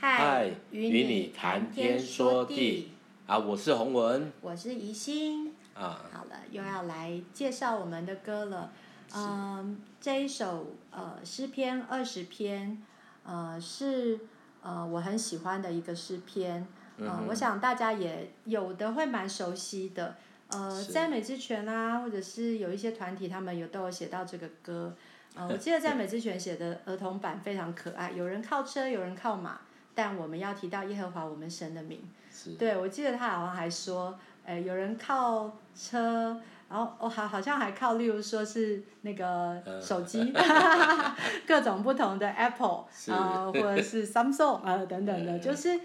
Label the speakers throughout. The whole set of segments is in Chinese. Speaker 1: 在与你谈天说地啊！我是洪文
Speaker 2: 我是宜心。
Speaker 1: 啊，
Speaker 2: 好了，又要来介绍我们的歌了。嗯，这一首呃诗篇二十篇，呃是呃我很喜欢的一个诗篇。嗯、呃，我想大家也有的会蛮熟悉的。呃，
Speaker 1: 是
Speaker 2: 赞美之泉啊，或者是有一些团体，他们有都有写到这个 歌。呃，我记得赞美之泉写的儿童版非常可爱，有人靠车，有人靠马，但我们要提到耶和华我们神的名。
Speaker 1: 是
Speaker 2: 对，我记得他好像还说，呃，有人靠车，然后哦，好，好像还靠，例如说是那个
Speaker 1: 呃
Speaker 2: 手 机，各种不同的 Apple
Speaker 1: 是
Speaker 2: 啊、呃，或者是 Samsung 呃等等的，就是。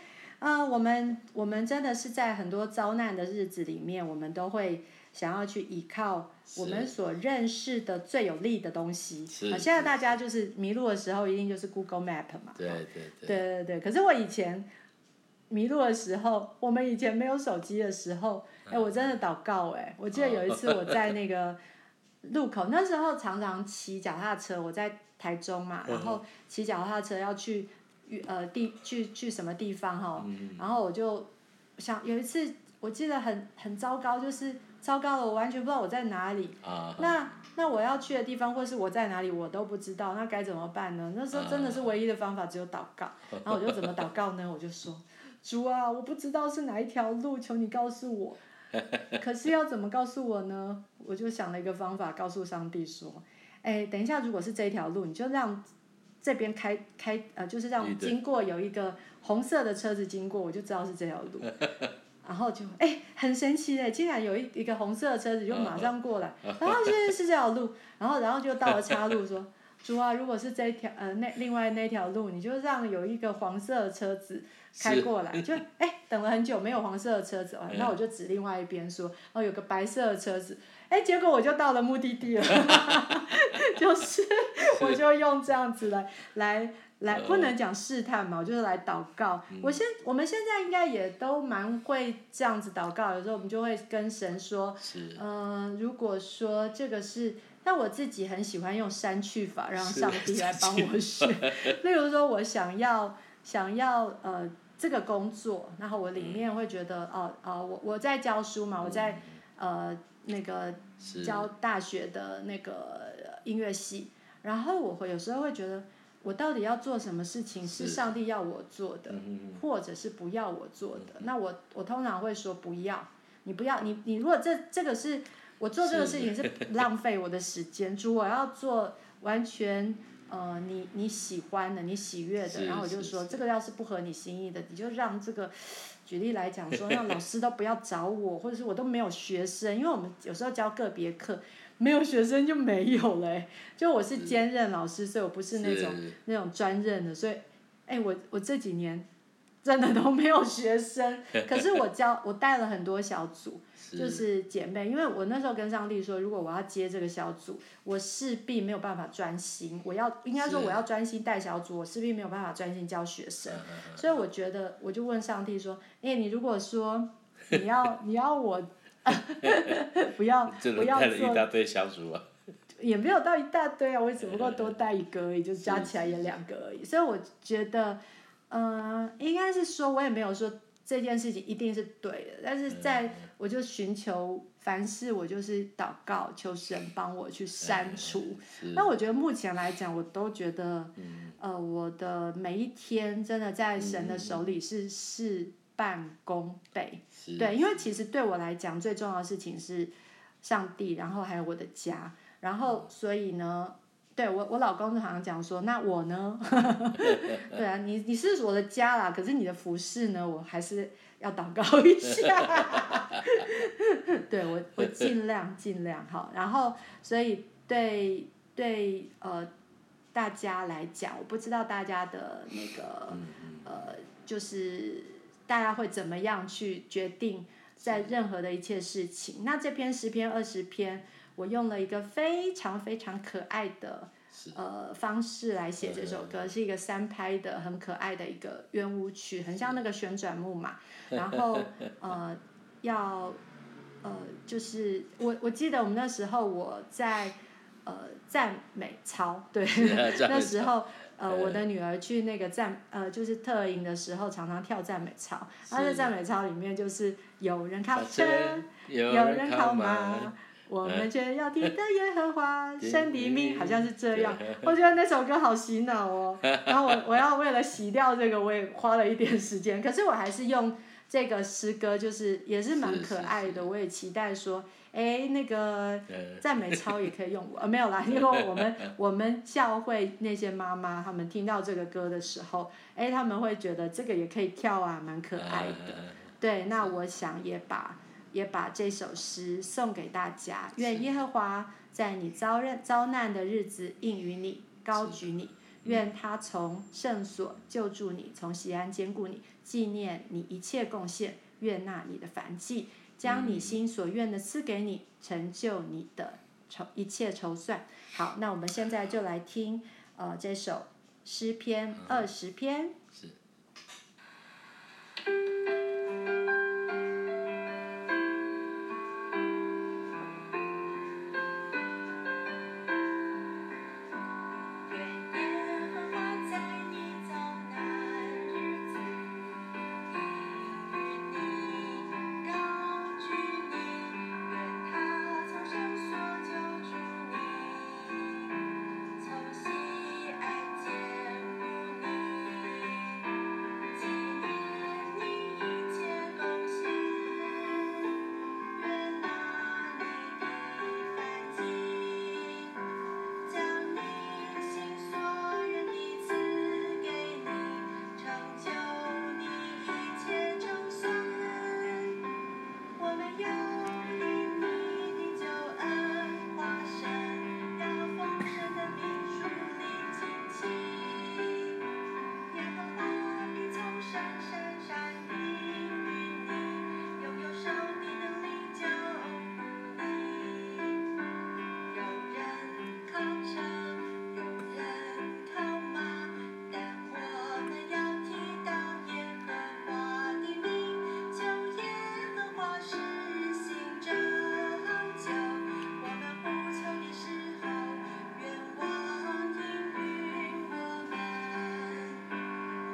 Speaker 2: 呃，我们我们真的是在很多遭难的日子里面，我们都会想要去依靠我们所认识的最有利的东西。
Speaker 1: 是
Speaker 2: 啊现在大家就是迷路的时候，一定就是 Google Map 嘛。
Speaker 1: 对对对，
Speaker 2: 对对对，可是我以前迷路的时候，我们以前没有手机的时候，哎，我真的祷告哎，我记得有一次我在那个路口，那时候常常骑脚踏车，我在台中嘛，
Speaker 1: 嗯
Speaker 2: 然后骑脚踏车要去呃地去去什么地方哈，
Speaker 1: 嗯
Speaker 2: 然后我就想有一次我记得很很糟糕，就是糟糕了，我完全不知道我在哪里，
Speaker 1: 啊，
Speaker 2: 那那我要去的地方，或是我在哪里，我都不知道，那该怎么办呢？那时候真的是唯一的方法只有祷告。然后我就怎么祷告呢？我就说：“主啊，我不知道是哪一条路，求你告诉我。”可是要怎么告诉我呢？我就想了一个方法，告诉上帝说：“哎，等一下，如果是这一条路，你就让这边开开呃，就是
Speaker 1: 绿
Speaker 2: 让
Speaker 1: 灯
Speaker 2: 经过有一个红色的车子经过，我就知道是这条路。”然后就哎、很神奇的，竟然有一一个红色的车子就马上过来，然后现在是这条路，然后然后就到了岔路说，主啊，如果是这一条呃那另外那条路，你就让有一个黄色的车子开过来，就哎等了很久没有黄色的车子，哦，那我就指另外一边说，哦有个白色的车子，哎结果我就到了目的地了，就是我就用这样子来来来，不能讲试探嘛，我就是来祷告。我现我们现在应该也都蛮会这样子祷告，有时候我们就会跟神说，
Speaker 1: 是
Speaker 2: 嗯、如果说这个是，那我自己很喜欢用删去法，让上帝来帮我选。例如说，我想要想要呃这个工作，然后我里面会觉得哦哦、我我在教书嘛，我在、呃那个
Speaker 1: 是
Speaker 2: 教大学的那个呃音乐系，然后我会有时候会觉得，我到底要做什么事情是嗯
Speaker 1: 是
Speaker 2: 上帝要我做的，或者是不要我做的？那我我通常会说不要，你不要，你你如果这这个是我做这个事情 是浪费我的时间，主我要做完全。呃，你你喜欢的，你喜悦的，
Speaker 1: 是
Speaker 2: 然后我就是说
Speaker 1: 是
Speaker 2: 这个要是不合你心意的，你就让这个举例来讲说，让老师都不要找我，或者是我都没有学生，因为我们有时候教个别课，没有学生就没有了欸、就我是兼任老师，所以我不是那种
Speaker 1: 是
Speaker 2: 那种专任的，所以，哎、我我这几年 真的都没有学 生，可是我教我带了很多小组，就是姐妹，因为我那时候跟上帝说，如果我要接这个小组，我势必没有办法专心，我要应该说
Speaker 1: 是
Speaker 2: 我要专心带小组，我势必没有办法专心教学生，
Speaker 1: 嗯嗯
Speaker 2: 所以我觉得我就问上帝说，哎、你如果说你要你要我 不要
Speaker 1: 嗯 这
Speaker 2: 不
Speaker 1: 轮
Speaker 2: 要
Speaker 1: 带了
Speaker 2: 做
Speaker 1: 一大堆小组啊，
Speaker 2: 也没有到一大堆啊，我只不过多带一个而已，就加起来也两个而已。所以我觉得，嗯、应该是说我也没有说这件事情一定是对的，但是在我就寻求凡事，我就是祷告求神帮我去删 除。那我觉得目前来讲，我都觉得，
Speaker 1: 嗯
Speaker 2: 呃，我的每一天真的在神的手里是事半功倍。
Speaker 1: 嗯是
Speaker 2: 对，因为其实对我来讲，最重要的事情是上帝，然后还有我的家，然
Speaker 1: 嗯
Speaker 2: 后所以呢，对我我老公就好像讲说，那我呢？对啊，你你是我的家啦，可是你的服饰呢，我还是要祷告一下。 对我我尽量尽量好，然后所以对对呃大家来讲，我不知道大家的那个、呃就是大家会怎么样去决定在任何的一切事情。那这篇十篇二十篇，我用了一个非常非常可爱的呃方式来写这首歌，是一个三拍的很可爱的一个圆舞曲，很像那个旋转木 马。然后呃要呃就是我我记得我们那时候我在呃赞美操对
Speaker 1: 是啊赞美操
Speaker 2: 那时候。呃，我的女儿去那个赞呃，就是特营的时候，常常跳赞美操。她在赞美操里面就是有人
Speaker 1: 啊
Speaker 2: 靠车，有人靠马，我们却要听的耶和 华神的命，好像是这 样。我觉得那首歌好洗脑哦。然后我我要为了洗掉这个，我也花了一点时间，可是我还是用这个诗歌，就是也是嗯蛮可爱的。我也期待说，哎，那个赞美操也可以用， 呃，没有啦，因为我们我们教会那些妈妈，她们听到这个歌的时候，哎，她们会觉得这个也可以跳啊，蛮可爱的。对，那我想也把也把这首诗送给大家。愿耶和华在你遭任遭难的日子应允你，高举你。
Speaker 1: 嗯
Speaker 2: 愿他从圣所救助你，从西安兼顾你，纪念你一切贡献，悦纳你的凡祭，将
Speaker 1: 嗯
Speaker 2: 你心所愿的赐给你，成就你的筹一切筹算。好，那我们现在就来听呃这首诗
Speaker 1: 嗯
Speaker 2: 篇二十篇。
Speaker 3: 愿耶和华在你遭难日子应允你，高举你，愿他从绳索救出你，从西安监护你，纪念你一切贡献，愿那你的繁殖。将你心所愿的赐给你，成就你一切成算。我们要因你的救恩化身，要丰盛的民族里亲近。耶和华必从深山山地与你，拥有上帝的灵交付你。有人靠车，有人靠马，但我们要提到耶和华的名，求耶和华施行拯救。我们呼求的时候，愿望应允我们。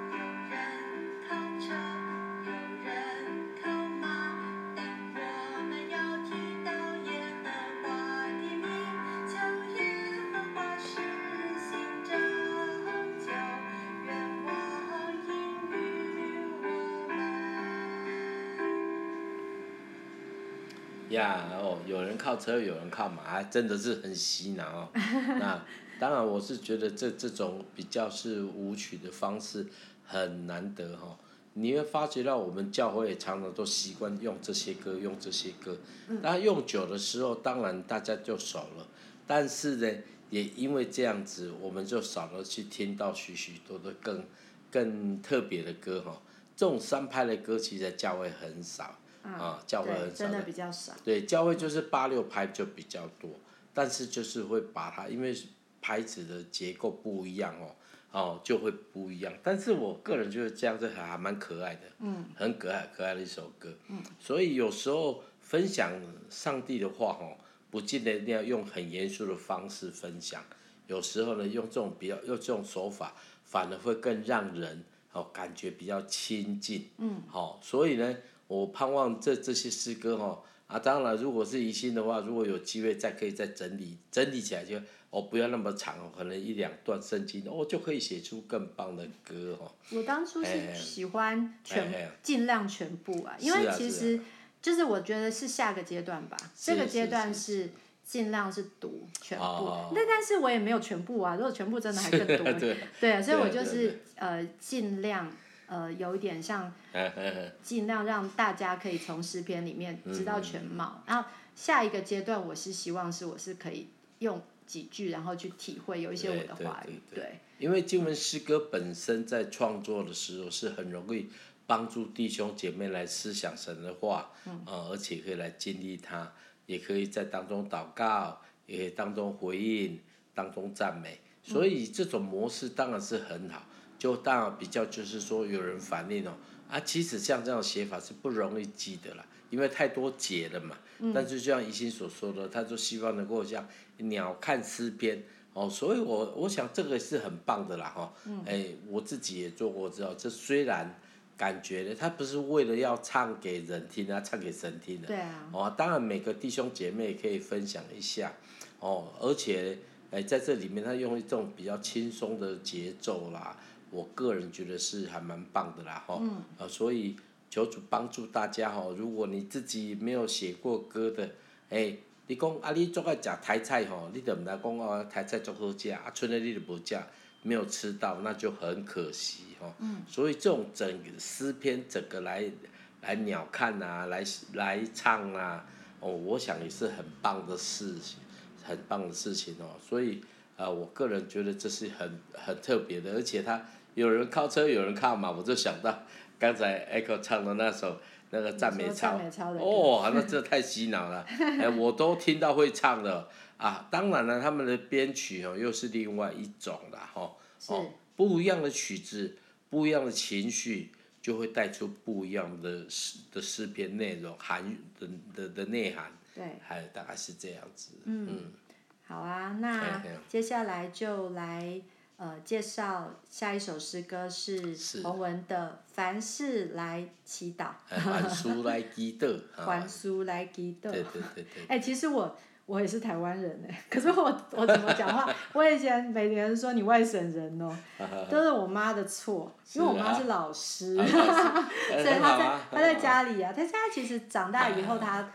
Speaker 3: 有人靠车，有人靠马，但我们要提到耶和华的名，求耶和华施行拯救，愿我应允我们。
Speaker 1: 呀哦，有人靠车，有人靠马，还真的是很洗脑 哦。那当然，我是觉得这这种比较是舞曲的方式很难得哈、哦。你会发觉到我们教会也常常都习惯用这些歌，用这些歌。
Speaker 2: 嗯
Speaker 1: 但用久的时候，当然大家就熟了。但是呢，也因为这样子，我们就少了去听到许许多多更更特别的歌哈、哦。这种三拍的歌，其实在教会很少啊，教
Speaker 2: 嗯
Speaker 1: 会
Speaker 2: 对，
Speaker 1: 很少
Speaker 2: 真的比较少。
Speaker 1: 对，教会就是八六拍就比较多，但是就是会把它，因为拍子的结构不一样哦，哦就会不一样。但是我个人觉得这样子还还蛮可爱的，嗯，很可爱可爱的一首歌，嗯，所以有时候分享上帝的话哦，不见得一定要用很严肃的方式分享，有时候呢用这种比较用这种手法，反而会更让人哦感觉比较亲近，嗯，好、所以呢，我盼望这这些诗歌哦。啊，当然，如果是宜兴的话，如果有机会再可以再整理整理起来就，哦不要那么长哦，可能一两段圣经哦就可以写出更棒的歌哦。
Speaker 2: 我当初
Speaker 1: 哎
Speaker 2: 是喜欢
Speaker 1: 哎
Speaker 2: 全
Speaker 1: 哎
Speaker 2: 尽量全部啊，因
Speaker 1: 是啊
Speaker 2: 为
Speaker 1: 是啊
Speaker 2: 其实就是我觉得是下个阶段吧，这个
Speaker 1: 是
Speaker 2: 阶段
Speaker 1: 是
Speaker 2: 是尽量是读全部
Speaker 1: 哦，
Speaker 2: 那但是我也没有全部啊，如果全部真的还更多
Speaker 1: 对
Speaker 2: 欸， 对啊，所以
Speaker 1: 对啊
Speaker 2: 我就
Speaker 1: 对啊嗯
Speaker 2: 是呃尽量呃有一点像尽量让大家可以从诗篇里面知
Speaker 1: 嗯
Speaker 2: 道全貌。然后下一个阶段，我是希望是我是可以用几句，然后去体会有一些我的
Speaker 1: 对
Speaker 2: 话语。
Speaker 1: 对
Speaker 2: 对，
Speaker 1: 因为经文诗歌本身在创作的时候是很容易帮助弟兄姐妹来思想神的话，嗯、而且可以来经历它，也可以在当中祷告，也可以当中回应，当中赞美。所以这种模式当然是很好，就当然比较就是说有人反映哦，啊，其实像这样的写法是不容易记得啦，因为太多节了嘛。但是就像宜兴所说的，他就希望能够像鸟看诗篇。哦，所以我我想这个是很棒的啦哈。哎、我自己也做过，知道这虽然感觉呢，他不是为了要唱给人听啊，唱给神听的。
Speaker 2: 对啊，
Speaker 1: 哦，当然每个弟兄姐妹可以分享一下，哦，而且，哎，在这里面他用一种比较轻松的节奏啦，我个人觉得是还蛮棒的啦，哈、哦，呃，所以求主帮助大家哈、哦，如果你自己没有写过歌的，哎，你讲啊，你最爱食台菜吼、你就毋来讲哦，台菜足好食，啊，剩的你就无食，没有吃到，那就很可惜吼、所以这种整个诗篇整个来来鸟看啊，来来唱啊，哦，我想也是很棒的事情，很棒的事情哦。所以呃，我个人觉得这是很很特别的，而且他有人靠车，有人靠马，我就想到 刚才 Echo 唱的那首那个赞美
Speaker 2: 说
Speaker 1: 操
Speaker 2: 赞美操的歌
Speaker 1: 哦，那这太洗 脑了，哎，我都听到会唱的啊。当然了，他们的编曲哦又是另外一种啦，吼、
Speaker 2: 是
Speaker 1: 哦，不一样的曲子，不一样的情绪，就会带出不一样的诗的诗篇内容，含的的的内涵，
Speaker 2: 对，
Speaker 1: 还有大概是这样子。
Speaker 2: 嗯，好啊，那
Speaker 1: 哎哎
Speaker 2: 接下来就来呃介绍下一首诗歌是
Speaker 1: 是
Speaker 2: 洪文的《凡事来祈祷》，
Speaker 1: 哎，满书来基 德，啊，
Speaker 2: 还书来祈祷
Speaker 1: 对。对对对，
Speaker 2: 哎、其实我我也是台湾人哎， 可是我我怎么讲话？ 我以前每年说你外省人哦、都是我妈的错，因为我妈
Speaker 1: 啊是啊啊哎
Speaker 2: 是老师，
Speaker 1: 所
Speaker 2: 所以她在她在家里啊，但是她其实长大以
Speaker 1: 啊
Speaker 2: 后她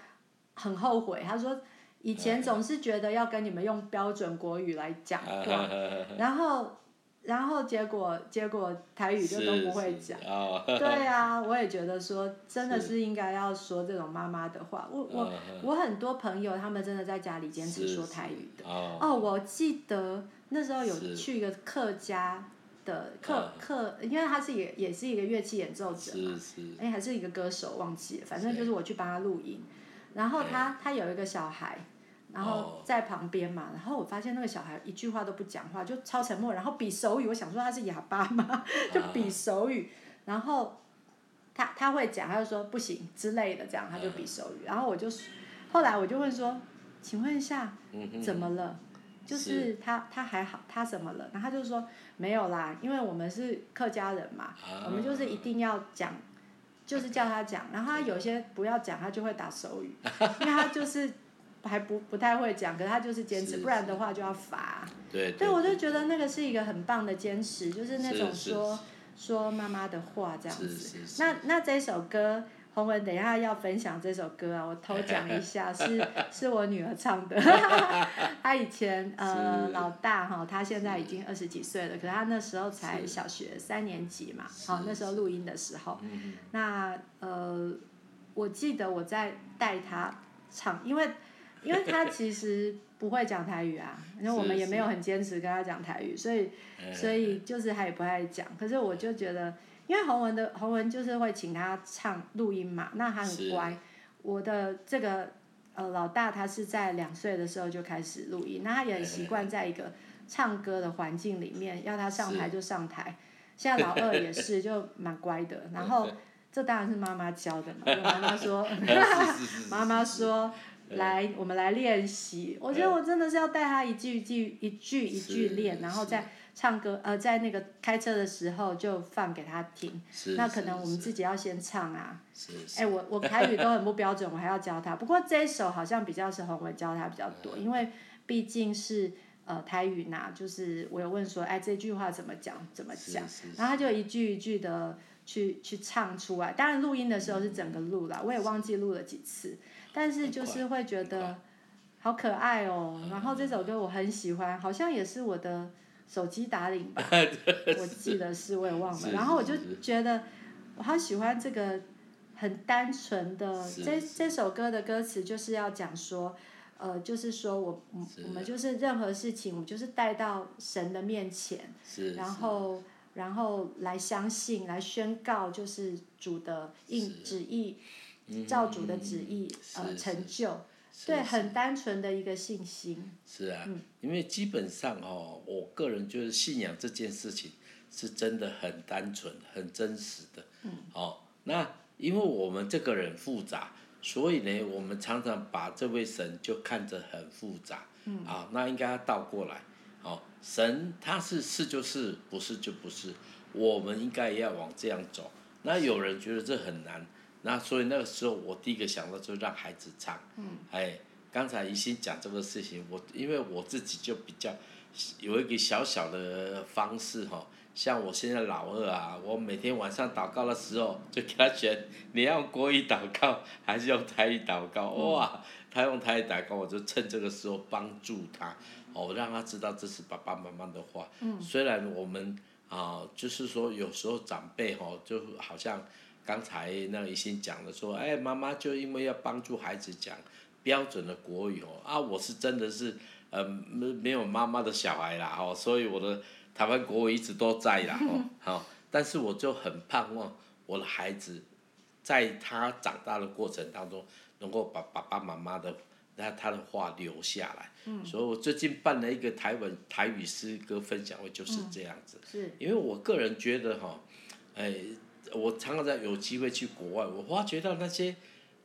Speaker 2: 很后悔，她说以前总是觉得要跟你们用标准国语来讲
Speaker 1: 啊
Speaker 2: 话，然后然后结果结果台语就 都不会讲。
Speaker 1: 啊，
Speaker 2: 对啊， 我也觉得说，真的
Speaker 1: 是
Speaker 2: 是应该要说这种妈妈的话。我我、
Speaker 1: 嗯
Speaker 2: 我很多朋友，他们真的在家里坚持
Speaker 1: 是
Speaker 2: 说台语的。
Speaker 1: 哦，
Speaker 2: 哦，我记得那时候有
Speaker 1: 是
Speaker 2: 去一个客家的客
Speaker 1: 嗯
Speaker 2: 客，因为他是也也是一个乐器演奏者嘛，
Speaker 1: 是是，
Speaker 2: 哎，还是一个歌手，忘记了，反正
Speaker 1: 是
Speaker 2: 就是我去帮他录音。然后他他有一个小孩，然后
Speaker 1: 哦
Speaker 2: 在旁边嘛，然后我发现那个小孩一句话都不讲话，就超沉默，然后比手语，我想说他是哑巴吗？ 就
Speaker 1: 啊
Speaker 2: 比手语，然后他他会讲，他就说不行之类的，这样他
Speaker 1: 嗯
Speaker 2: 就比手语，然后我就后来我就问说，请问一下
Speaker 1: 嗯哼，
Speaker 2: 怎么了？就是他他还好，他怎么了？然后他就说没有啦，因为我们是客家人嘛，
Speaker 1: 啊
Speaker 2: 我们就是一定要讲。就是叫他 讲，然后他有些不要讲，他就会打手语，因为他就是还不不太会讲，可是他就是坚持，
Speaker 1: 是
Speaker 2: 不然的话就要罚、
Speaker 1: 对
Speaker 2: 对，我就觉得那个是一个很棒的坚持，就是那种
Speaker 1: 是是
Speaker 2: 说说妈妈的话这样
Speaker 1: 是
Speaker 2: 子。
Speaker 1: 是是
Speaker 2: 那那这首歌，洪文等一下要分享这首歌啊，我偷讲一 下，是是我女儿唱的。 她以前呃
Speaker 1: 是
Speaker 2: 老大哈，她现在已经二十几岁了，可是她那时候才
Speaker 1: 是
Speaker 2: 小学三年级嘛，好
Speaker 1: 是嗯
Speaker 2: 那时候录音的时候，那呃我记得我在带她唱，因为因为 她其实不会讲台语啊，因为我们
Speaker 1: 是
Speaker 2: 也没有
Speaker 1: 是
Speaker 2: 很坚持跟她讲台语，所以
Speaker 1: 哎
Speaker 2: 所以就是他也不爱讲。可是我就觉得，因为洪文的洪文就是会请他唱录音嘛，那他很
Speaker 1: 是
Speaker 2: 乖。我的这个呃老大他是在两岁的时候就开始录音，那他也很习惯在一个唱歌的环境里面，要他上台
Speaker 1: 是
Speaker 2: 就上台。现在老二也是，就蛮乖的。然后这当然是妈妈教的嘛， 我妈妈说
Speaker 1: 呃 是是是，嗯
Speaker 2: 妈妈说。来，我们来练习。我觉得我真的是要带他一句一句、一句一句
Speaker 1: 是
Speaker 2: 练，然后
Speaker 1: 是
Speaker 2: 再唱歌，呃，在那个开车的时候就放给他听。
Speaker 1: 是
Speaker 2: 那可能我们
Speaker 1: 是
Speaker 2: 自己要先唱啊。
Speaker 1: 是是
Speaker 2: 哎，我我台语都很不标准，我还要教他。不过这一首好像比较是洪文教他比较多，
Speaker 1: 嗯
Speaker 2: 因为毕竟是呃台语呐，就是我有问说，哎，这句话怎么讲，怎么
Speaker 1: 是
Speaker 2: 讲，
Speaker 1: 是
Speaker 2: 然后他就一句一句的去去唱出来。当然录音的时候是整个录啦，我也忘记录了几次，但是就是会觉得好可爱哦。然后这首歌我很喜欢，好像也是我的手机打铃 吧，我记得是，我也忘了。
Speaker 1: 是
Speaker 2: 然后我
Speaker 1: 是
Speaker 2: 就是觉得我好喜欢这个很单纯的
Speaker 1: 是
Speaker 2: 这
Speaker 1: 是
Speaker 2: 这首歌的歌词，就是要讲说。呃，就是说我我
Speaker 1: 是
Speaker 2: 我们就是任何事情，我们就是带到神的面前，
Speaker 1: 是，
Speaker 2: 然
Speaker 1: 是
Speaker 2: 后然后来相信，来宣告，就是主的应
Speaker 1: 是嗯
Speaker 2: 旨意，照主的旨意、呃
Speaker 1: 是
Speaker 2: 成
Speaker 1: 是
Speaker 2: 就，
Speaker 1: 是
Speaker 2: 对，
Speaker 1: 是
Speaker 2: 很单纯的一个信心，
Speaker 1: 是啊，因为基本上哦，我个人觉得信仰这件事情是真的很单纯、很真实的。哦，那因为我们这个人复杂，所以呢，我们常常把这位神就看着很复杂。啊，那应该要倒过来。好、神他是是就是，不是就不是，我们应该也要往这样走。那有人觉得这很难，那所以那个时候我第一个想到就让孩子唱。
Speaker 2: 嗯。
Speaker 1: 哎，刚才宜兴讲这个事情，我因为我自己就比较有一个小小的方式哈、像我现在老二啊，我每天晚上祷告的时候，就给他选你要用国语祷告还是用台语祷告。哇，他用台语祷告，我就趁这个时候帮助他，哦，让他知道这是爸爸妈妈的话。
Speaker 2: 嗯
Speaker 1: 虽然我们啊、就是说有时候长辈哈、就好像刚才那个一心讲的说，哎，妈妈就因为要帮助孩子讲标准的国语哦，啊，我是真的是呃没没有妈妈的小孩啦哦，所以我的台湾国语一直都在啦哦，好、但是我就很盼望我的孩子在他长大的过程当中，能够把爸爸妈妈的那他的话留下来。所以我最近办了一个台文台语诗歌分享会，就是这样子。
Speaker 2: 是，
Speaker 1: 因为我个人觉得哈，哎，我常常在有机会去国外，我发觉到那些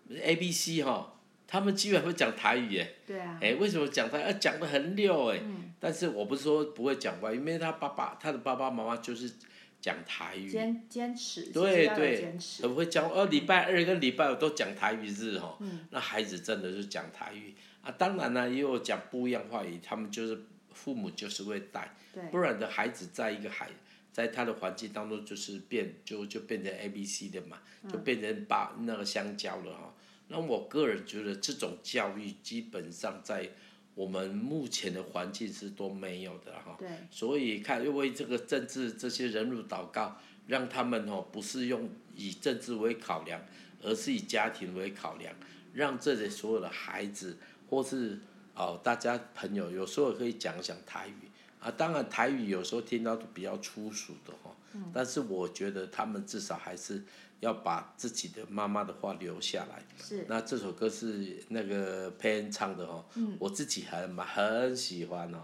Speaker 1: A B C 哈，他们居然会讲台语耶，
Speaker 2: 对啊，
Speaker 1: 哎，为什么讲台？呃，讲的很溜哎。
Speaker 2: 嗯，
Speaker 1: 但是我不是说不会讲外语，因为他爸爸他的爸爸妈妈就是讲台语，
Speaker 2: 坚坚持，
Speaker 1: 对
Speaker 2: 其实要有
Speaker 1: 对
Speaker 2: 坚持嗯
Speaker 1: 很，会讲。哦，礼拜二跟礼拜五都讲台语日哈、那孩子真的是讲台语啊。当然呢、也有讲不一样话语，他们就是父母就是会带，
Speaker 2: 对
Speaker 1: 不然的孩子在一个孩，在他的环境当中就是变就就变成 A B C 的嘛，就变成把那个香蕉了哈、那我个人觉得这种教育基本上在我们目前的环境是都没有的哈、
Speaker 2: 对，
Speaker 1: 所以看，因为这个政治这些人物祷告，让他们哦不是用以政治为考量，而是以家庭为考量，让这些所有的孩子或是哦大家朋友，有时候可以讲一讲台语啊。当然台语有时候听到都比较粗俗的哈、哦，但是我觉得他们至少还是要把自己的妈妈的话留下来。
Speaker 2: 是，
Speaker 1: 那这首歌是那个佩恩唱的哦，我自己很蛮很喜欢哦，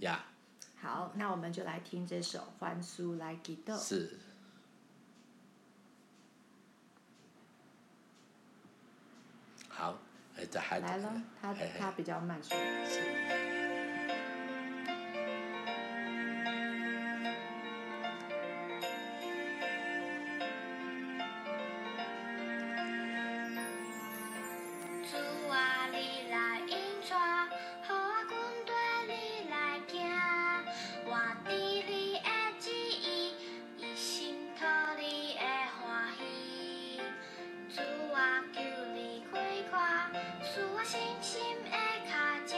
Speaker 1: 呀、
Speaker 2: 好，那我们就来听这首《还俗来给豆》。
Speaker 1: 是。好，哎，这孩子
Speaker 2: 来了，他
Speaker 1: 嘿嘿
Speaker 2: 他比较慢熟。
Speaker 3: 主啊，你来引带，予我跟对你来行。我知你的旨意，一心讨你的欢喜。主啊，求你开阔，使我信心的脚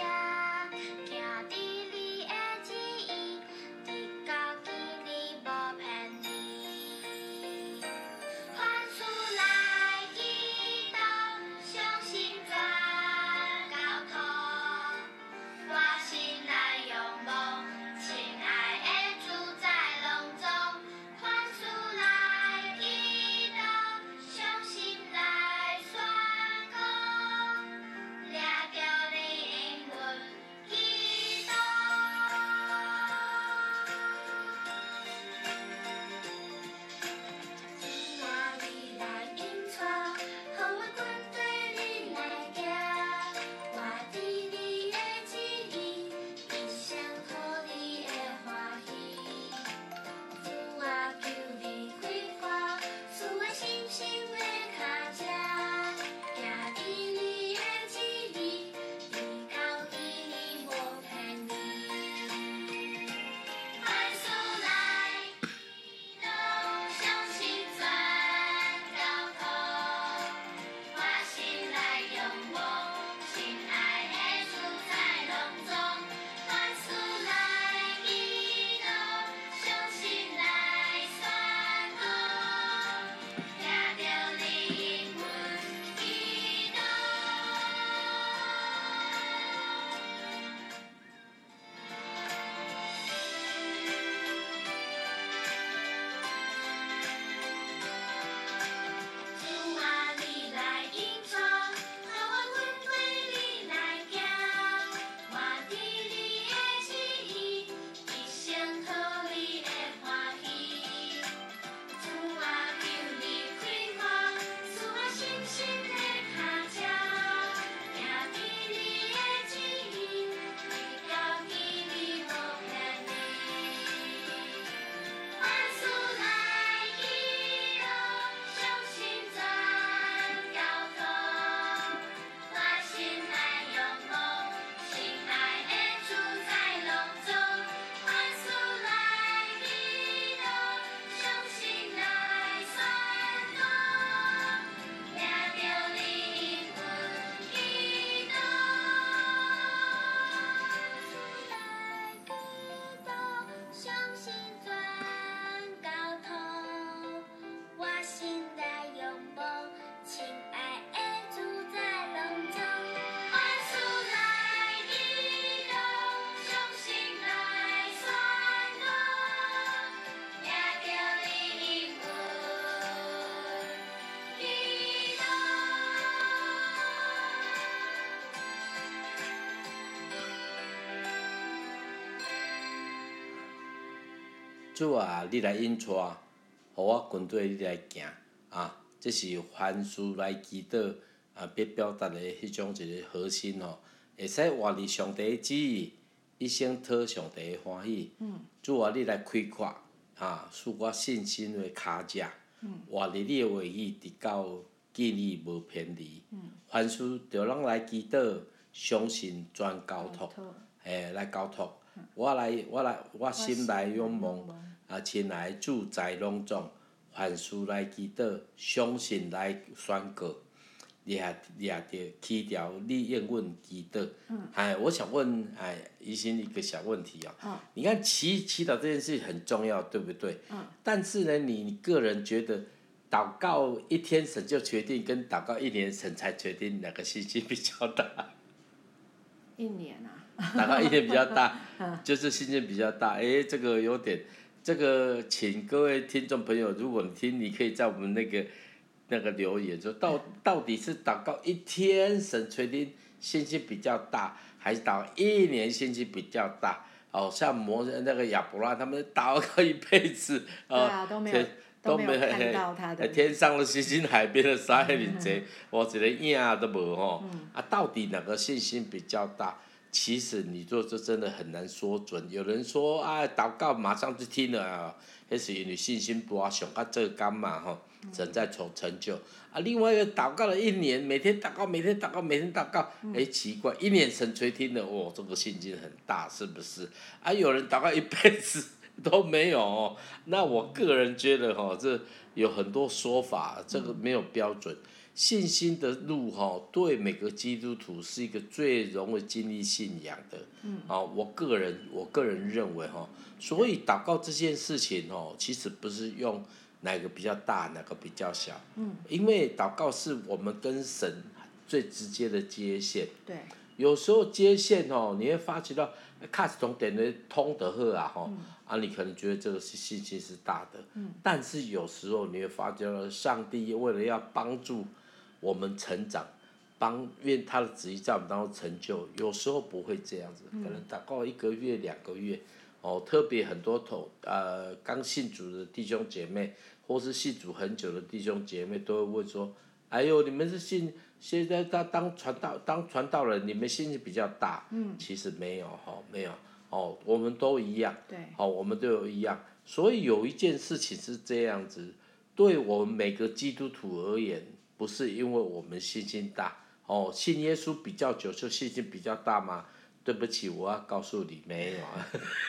Speaker 1: 主啊，你来引带，互我跟对你来行啊！这是凡事来祈祷啊，必表达的迄种一个核心吼、会使活伫上帝的旨意，一生讨上帝的欢喜。嗯、主啊，你来开阔啊，使我信心的脚脚，活伫你的话语，直到见你无偏离。凡事着咱来祈祷，相信全交托。诶、来交托。我来，我来，我心来仰望，啊，亲爱的主宰隆重，凡事来祈祷，相信来宣告，掠掠着起条，你应允祈祷。
Speaker 2: 嗯
Speaker 1: 哎，我想问，哎，医生一个小问题啊、
Speaker 2: 嗯
Speaker 1: 你看祈祈祷这件事很重要，对不对？
Speaker 2: 嗯
Speaker 1: 但是呢，你你个人觉得？祷告一天神就决定，跟祷告一年神才决定哪个信心比较大。
Speaker 2: 一年啊，
Speaker 1: 打到一点比较 大，
Speaker 2: 嗯
Speaker 1: 就是信心比较大。诶，这个有点，这个请各位听众朋友，如果你听，你可以在我们那个那个留言说，
Speaker 2: 嗯
Speaker 1: 到到底是祷告一天神垂听信心比较大，还是祷告一年信心比较大？哦，像摩那个亚伯拉他们祷告一辈子，
Speaker 2: 对
Speaker 1: 哦
Speaker 2: 啊，都没有
Speaker 1: 天
Speaker 2: 都
Speaker 1: 没
Speaker 2: 没有看到他的嗯
Speaker 1: 嘿天上的星星，海边的沙，遐尼济，我一个影都无吼。啊，到底哪个信心比较大？其实你做这真的很难说准。有人说啊，祷告马上就听了啊，那是因为信心不上到这干嘛吼，
Speaker 2: 嗯
Speaker 1: 神在成成就。啊，另外一个祷告了一年，每天祷告，每天祷告，每天祷告，哎、
Speaker 2: 嗯
Speaker 1: 奇怪，一年神垂听了，哦，这个信心很大，是不是？啊，有人祷告一辈子都没有、哦，那我个人觉得哈、哦，这有很多说法，这个没有标准。信心的路哈、哦，对每个基督徒是一个最容易经历信仰的。嗯。啊，我个人我个人认为哈、哦，所以祷告这件事情哦，其实不是用哪个比较大，哪个比较小。嗯。因为祷告是我们跟神最直接的接线。
Speaker 2: 对，
Speaker 1: 有时候接线哦，你会发觉到，哎卡始从点的通的喝啊吼，啊你可能觉得这个是信心是大的，但是有时候你会发觉到，上帝为了要帮助我们成长，帮愿他的旨意在我们当中成就，有时候不会这样子，可能祷告一个月两个月，哦，特别很多头呃刚信主的弟兄姐妹，或是信主很久的弟兄姐妹都会问说，哎呦，你们是信现在他当传道当传道人，你们信心比较大，嗯，其实没有哈、哦，没有哦，我们都一样，
Speaker 2: 对，
Speaker 1: 好、我们都有一样。所以有一件事情是这样子，对我们每个基督徒而言，不是因为我们信心大，哦，信耶稣比较久就信心比较大吗？对不起，我要告诉你，没有。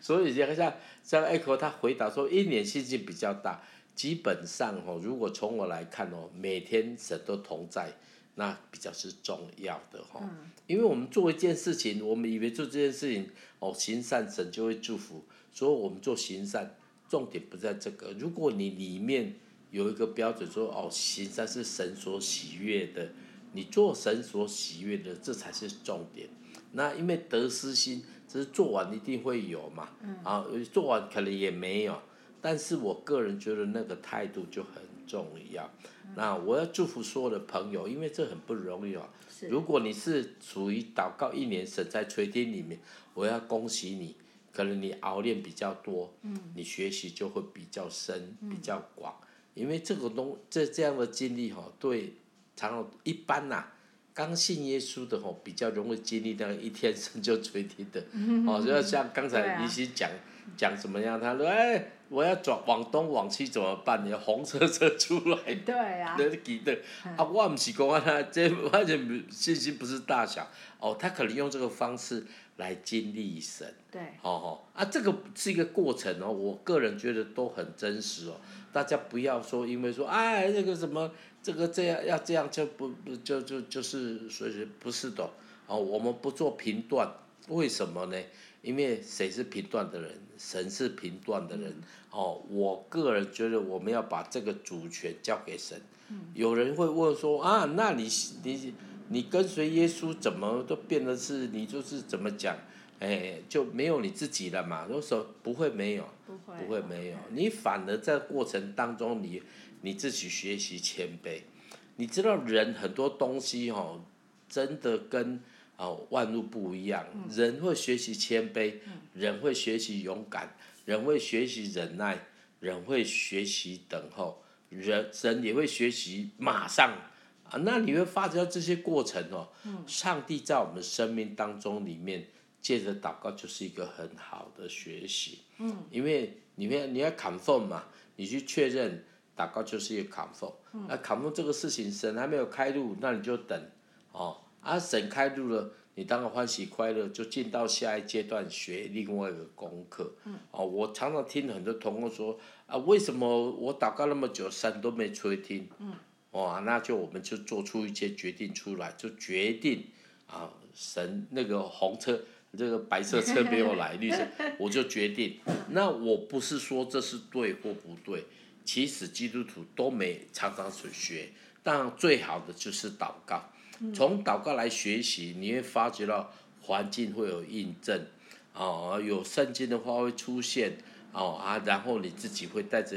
Speaker 1: 所以像像像 Echo 他回答说，一年信心比较大，基本上哦，如果从我来看哦，每天神都同在，那比较是重要的哦。因为我们做一件事情，我们以为做这件事情哦，行善神就会祝福，所以我们做行善，重点不在这个。如果你里面有一个标准说哦，行善是神所喜悦的，你做神所喜悦的，这才是重点。那因为得失心，只是做完一定会有嘛，啊，做完可能也没有，但是我个人觉得那个态度就很重要。
Speaker 2: 嗯
Speaker 1: 那我要祝福所有的朋友，因为这很不容易哦。
Speaker 2: 是
Speaker 1: 如果你是属于祷告一年神在垂听里面，我要恭喜你，可能你熬练比较多，
Speaker 2: 嗯
Speaker 1: 你学习就会比较深、比较广，因为这个东这这样的经历哈、对常常一般呐、刚信耶稣的吼、比较容易经历那个一天神就垂 听的，哦，就像刚
Speaker 2: 对
Speaker 1: 才
Speaker 2: 啊
Speaker 1: 李欣讲、讲怎么样，他说哎，我要转往东往西怎么办？你红车车出来
Speaker 2: 对啊，
Speaker 1: 咧记得，啊，我毋是讲啊，他这完全信心不是大小，哦，他可能用这个方式来经历神，
Speaker 2: 对，
Speaker 1: 哦哦，啊，这个是一个过程哦，我个人觉得都很真实哦，大家不要说因为说哎这个什么这个这样要这样就不不就就就是随随不是的哦，我们不做评断，为什么呢？因为谁是评断的人，神是评断的人、哦。我个人觉得我们要把这个主权交给神。有人会问说啊，那你你你跟随耶稣怎么都变得是你就是怎么讲，哎，就没有你自己了嘛？那时候不会没有，
Speaker 2: 不会，啊
Speaker 1: 不会没有，你反而在过程当中你，你自己学习谦卑。你知道人很多东西哦，真的跟呃
Speaker 2: 嗯
Speaker 1: 哦万物不一样，人会学习谦卑，人会学习勇敢，人会学习忍耐，人会学习等候，人神也会学习马上啊。那你会发觉到这些过程哦，
Speaker 2: 嗯
Speaker 1: 上帝在我们生命当中里面，借着祷告就是一个很好的学习。嗯，因为你会你要 confirm 嘛，你去确认。祷告就是一个 confirm，、那 confirm 这个事情，神还没有开路，那你就等，哦，啊，神开路了，你当然欢喜快乐，就进到下一阶段学另外一个功课。哦，我常常听很多同工说，啊，为什么我祷告那么久，神都没垂听？嗯。哦，那就我们就做出一些决定出来，就决定啊，神那个红车。这个白色车没有来， 绿色我就决定。那我不是说这是对或不对，其实基督徒都没常常所学，但最好的就是祷告。
Speaker 2: 嗯
Speaker 1: 从祷告来学习，你会发觉到环境会有印证，哦，有圣经的话会出现，哦啊，然后你自己会带着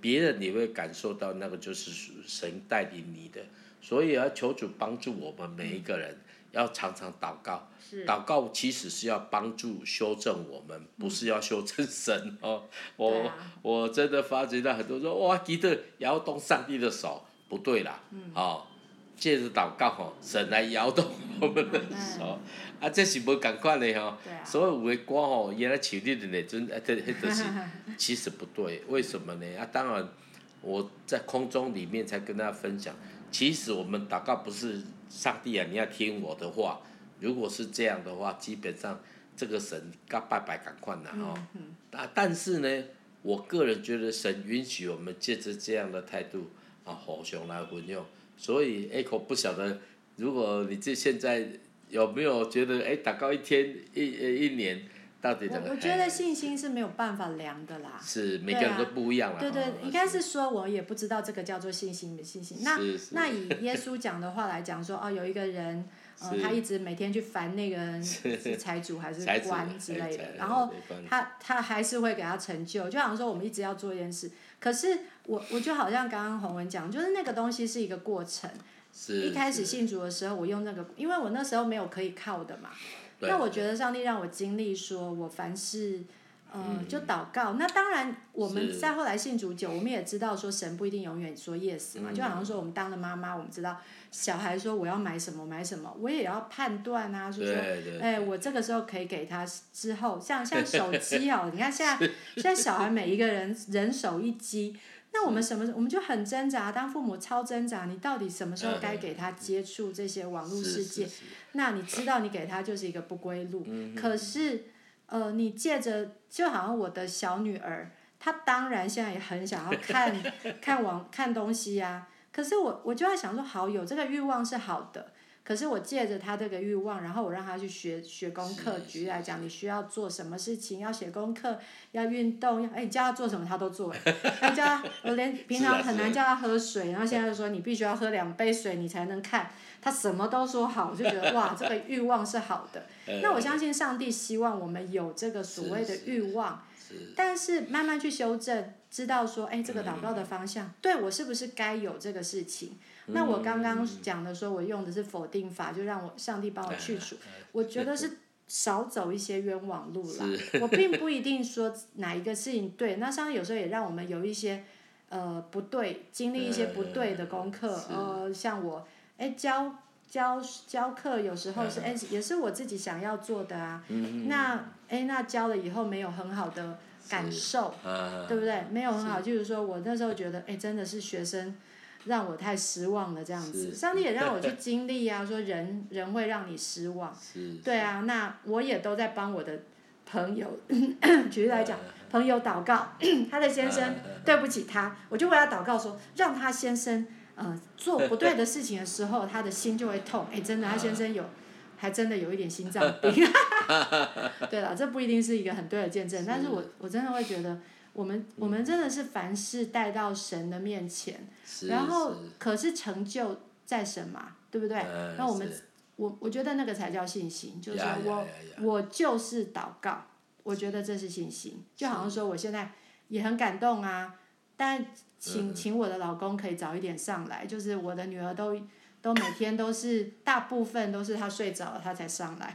Speaker 1: 别人，你会感受到那个就是神带领你的，所以要求主帮助我们每一个人，要常常祷告。
Speaker 2: 是嗯
Speaker 1: 祷告其实是要帮助修正我们，不是要修正神哦。
Speaker 2: 对
Speaker 1: 我、
Speaker 2: 啊
Speaker 1: 我真的发觉到很多人说哇，记得也要动上帝的手，不对啦，
Speaker 2: 嗯
Speaker 1: 哦，借着祷告哦，神来摇动我们的手，啊，这是无共款的吼、
Speaker 2: 嗯对啊
Speaker 1: 所以有的歌吼，伊来唱你的那阵，啊，这 迄就是其实不对，为什么呢？啊，当然我在空中里面才跟大家分享，其实我们祷告不是上帝啊，你要听我的话。如果是这样的话，基本上这个神该拜拜赶快拿
Speaker 2: 嗯
Speaker 1: 哦。啊，但是呢，我个人觉得神允许我们借着这样的态度啊，火熊来混用。所以 Echo 不晓得，如果你这现在有没有觉得，哎，祷告一天一呃一年，到底怎么？
Speaker 2: 我我觉得
Speaker 1: 哎
Speaker 2: 信心是没有办法量的啦。
Speaker 1: 是每个人都不一样了。
Speaker 2: 对对
Speaker 1: 哦，
Speaker 2: 应该是说，我也不知道这个叫做信心不信心。那
Speaker 1: 是是
Speaker 2: 那以耶稣讲的话来讲说，哦，有一个人，呃，
Speaker 1: 是
Speaker 2: 他一直每天去烦那个人是财主还是
Speaker 1: 才子
Speaker 2: 官之类
Speaker 1: 哎才
Speaker 2: 的，然后
Speaker 1: 没关系
Speaker 2: 他他还是会给他成就，就好像说我们一直要做一件事，可是我我就好像刚刚洪文讲，就是那个东西是一个过程。
Speaker 1: 是
Speaker 2: 一开始
Speaker 1: 是
Speaker 2: 信主的时候，我用那个，因为我那时候没有可以靠的嘛。
Speaker 1: 对
Speaker 2: 那我觉得上帝让我经历，说我凡事，呃，就祷告。那当然，我们
Speaker 1: 嗯是
Speaker 2: 再后来信主久，我们也知道说神不一定永远说 yes 嘛。就好像
Speaker 1: 嗯
Speaker 2: 说我们当了妈妈，我们知道小孩说我要买什么买什么，我也要判断啊，是说
Speaker 1: 对对
Speaker 2: 哎，我这个时候可以给他之后，像像 手机哦，你看现在现在小孩每一个人人手一机，那我们什么我们就很挣扎，当父母超挣扎，你到底什么时候该给他接触这些网络世界？
Speaker 1: 嗯是是是
Speaker 2: 那你知道你给他就是一个不归路，
Speaker 1: 嗯
Speaker 2: 可是呃，你借着就好像我的小女儿，她当然现在也很想要看看网看东西呀、可是我我就在想说，好有这个欲望是好的，可是我借着她这个欲望，然后我让她去学学功课。
Speaker 1: 是
Speaker 2: 举例来讲，你需要做什么事情，要写功课，要运动，要哎，你叫她做什么她都做，哎要叫她我连平
Speaker 1: 啊
Speaker 2: 常很难叫她喝水，然后现在就说你必须要喝两杯水你才能看，她什么都说好，我就觉得哇，这个欲望是好的。那我相信上帝希望我们有这个所谓的欲望，但是慢慢去修正，知道说，哎，这个祷告的方向，对我是不是该有这个事情？那我刚刚讲的说，我用的是否定法，就让我上帝帮我去除。我觉得是少走一些冤枉路啦。我并不一定说哪一个事情对， 那上帝有时候也让我们有一些呃不对，经历一些不对的功课。呃，像我哎教教教课有时候是哎、也是我自己想要做的啊。那哎那教了以后没有很好的感受，
Speaker 1: 啊，
Speaker 2: 对不对？没有很好，就是说我那时候觉得哎真的是学生。让我太失望了，这样子，
Speaker 1: 是
Speaker 2: 上帝也让我去经历啊，说人人会让你失望，
Speaker 1: 是
Speaker 2: 对啊，那我也都在帮我的朋 友，举例来讲，朋友祷告， 他的先生对不起他，我就为他祷告说，让他先生呃做不对的事情的时候，他的心就会痛。哎，真的，他先 生有，还真的有一点心脏 病。对了，这不一定是一个很对的见证，但是我我真的会觉得，我们我们真的是凡事带到神的面前，
Speaker 1: 是
Speaker 2: 然后
Speaker 1: 是
Speaker 2: 可是成就在神嘛，对不对？
Speaker 1: 嗯
Speaker 2: 那我们
Speaker 1: 是
Speaker 2: 我我觉得那个才叫信心，就是
Speaker 1: 呀呀
Speaker 2: 我
Speaker 1: 呀呀
Speaker 2: 我就是祷告，我觉得这是信心。就好像说我现在也很感动
Speaker 1: 嗯
Speaker 2: 啊，但请请我的老公可以早一点上来，就是我的女儿都都每天都是大部分都是他睡着了他才上 来。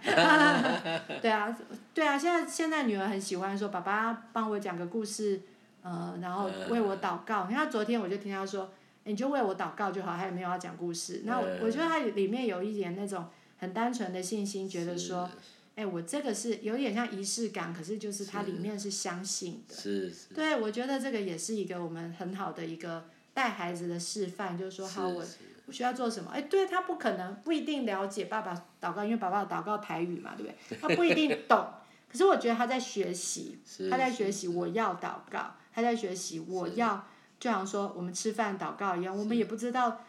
Speaker 2: 对啊，对啊，现在现在女儿很喜欢说爸爸帮我讲个故事，呃，然后
Speaker 1: 嗯
Speaker 2: 为我祷告。你看昨天我就听他说，诶你就为我祷告就好，他也没有要讲故事。那我
Speaker 1: 嗯
Speaker 2: 我觉得他里面有一点那种很单纯的信心，觉得说，哎，我这个是有点像仪式感，可是就是它里面是相信的。
Speaker 1: 是是
Speaker 2: 对，我觉得这个也是一个我们很好的一个带孩子的示范，就是说，好，我
Speaker 1: 是
Speaker 2: 我需要做什么？哎，对他不可能不一定了解爸爸祷告，因为爸爸祷告台语嘛，对不对？他不一 定懂，可是我觉得他在学习，
Speaker 1: 是
Speaker 2: 他在
Speaker 1: 是
Speaker 2: 学习我要祷告，他在学习我要，就好像说我们吃饭祷告一样，我们也不知道，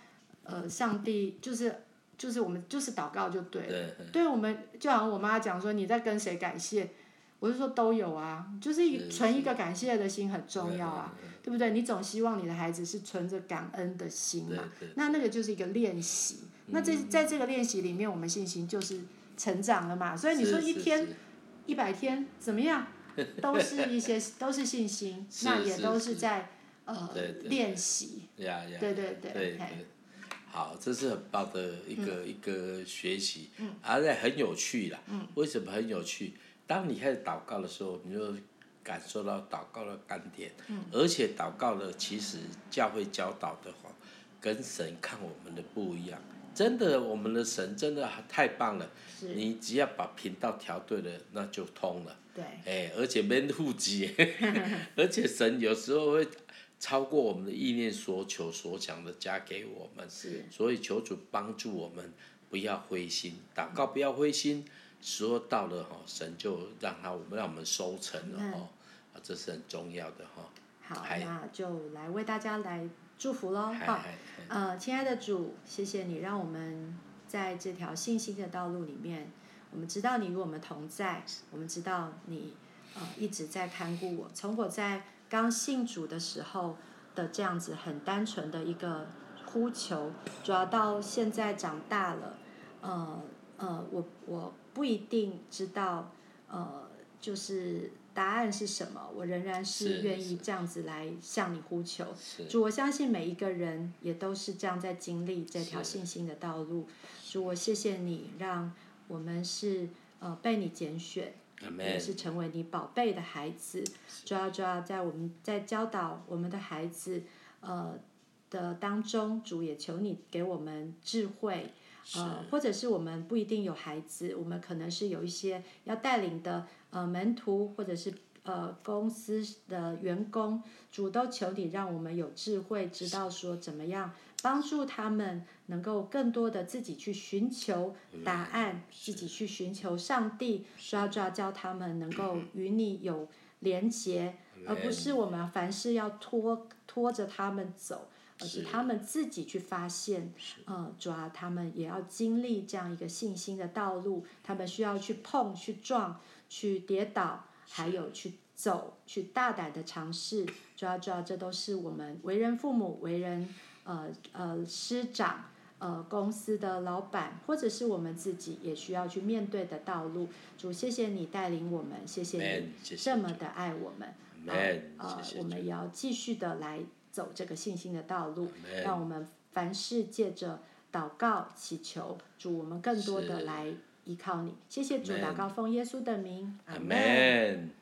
Speaker 2: 呃，上帝就是就是我们就是祷告就对了。
Speaker 1: 对
Speaker 2: 对我们就好像我妈讲说你在跟谁感谢，我就说都有啊，就是一
Speaker 1: 是
Speaker 2: 存一个感谢的心很重要啊，对不对？你总希望你的孩子是存着感恩的心
Speaker 1: 对
Speaker 2: 嘛，
Speaker 1: 对嗯
Speaker 2: 那那个就是一个练习。那这在这个练习里面，我们信心就是成长了嘛。所以你说
Speaker 1: 是
Speaker 2: 一
Speaker 1: 是
Speaker 2: 天
Speaker 1: 是
Speaker 2: 一百天怎么样，都是一 些都是信心，
Speaker 1: 是
Speaker 2: 那也
Speaker 1: 是
Speaker 2: 都
Speaker 1: 是
Speaker 2: 是在呃
Speaker 1: 对对对
Speaker 2: 练习。
Speaker 1: 呀呀，
Speaker 2: 对对嗯
Speaker 1: 对
Speaker 2: 对
Speaker 1: 对
Speaker 2: 嘿
Speaker 1: 好，这是很棒的一个、一个学习，
Speaker 2: 嗯
Speaker 1: 而且、很有趣啦。为什么很有趣？当你开始祷告的时候，你就感受到祷告的甘甜，
Speaker 2: 嗯
Speaker 1: 而且祷告的其实教会教导的话，跟神看我们的不一样。真的，我们的神真的太棒了！
Speaker 2: 是
Speaker 1: 你只要把频道调对了，那就通了。
Speaker 2: 对，
Speaker 1: 哎、而且免户籍， 而且神有时候会超过我们的意念所求所想的加给我们，
Speaker 2: 是
Speaker 1: 所以求主帮助我们，不要灰心，祷告不要灰心，时候到了哈，神就让他我们让我们收成了
Speaker 2: 嗯
Speaker 1: 哦，啊，这是很重要的哈。
Speaker 2: 好，
Speaker 1: 嗨
Speaker 2: 那就来为大家来祝福喽
Speaker 1: 嗨
Speaker 2: 哈。
Speaker 1: 嗨嗨
Speaker 2: 呃，亲爱的主，谢谢你让我们在这条信心的道路里面，我们知道你与我们同在，我们知道你呃一直在看顾我。从我在刚信主的时候的这样子很单纯的一个呼求，主要到现在长大了，呃呃，我我不一定知道呃就是答案是什么，我仍然
Speaker 1: 是
Speaker 2: 是愿
Speaker 1: 是
Speaker 2: 意这样子来向你呼求。
Speaker 1: 是
Speaker 2: 主，我相信每一个人也都是这样在经历这条
Speaker 1: 是
Speaker 2: 信心的道路。主，我谢谢你，让我们是呃被你拣选，
Speaker 1: 阿
Speaker 2: 我们
Speaker 1: 门，
Speaker 2: 是成为你宝贝的孩子。主要主要在我们在教导我们的孩子呃的当中，主也求你给我们智慧，呃，或者是我们不一定有孩子，我们可能是有一些要带领的呃门徒，或者是呃公司的员工，主都求你让我们有智慧，知道说怎么样帮助他们能够更多的自己去寻求答案，自己去寻求上帝，抓抓教他们能够与你有连结，而不是我们凡事要拖拖着他们走。而是
Speaker 1: 是
Speaker 2: 他们自己去发现，呃，主要他们也要经历这样一个信心的道路，他们需要去碰、去撞、去跌倒，还有去走、去大胆的尝试。主要主要这都是我们为人父母、为人呃呃师长、呃公司的老板，或者是我们自己也需要去面对的道路。主，谢谢你带领我们，谢谢你
Speaker 1: Amen，谢谢
Speaker 2: 这么
Speaker 1: 主
Speaker 2: 的爱我们。
Speaker 1: 阿门，
Speaker 2: 呃
Speaker 1: 谢，谢
Speaker 2: 我
Speaker 1: 主
Speaker 2: 们也要继续的来走这个信心的道路，
Speaker 1: Amen
Speaker 2: 让我们凡事借着祷告祈求，主我们更多
Speaker 1: 是
Speaker 2: 的来依靠你。谢谢主，祷
Speaker 1: Amen
Speaker 2: 告奉耶稣的名，
Speaker 1: 阿。门。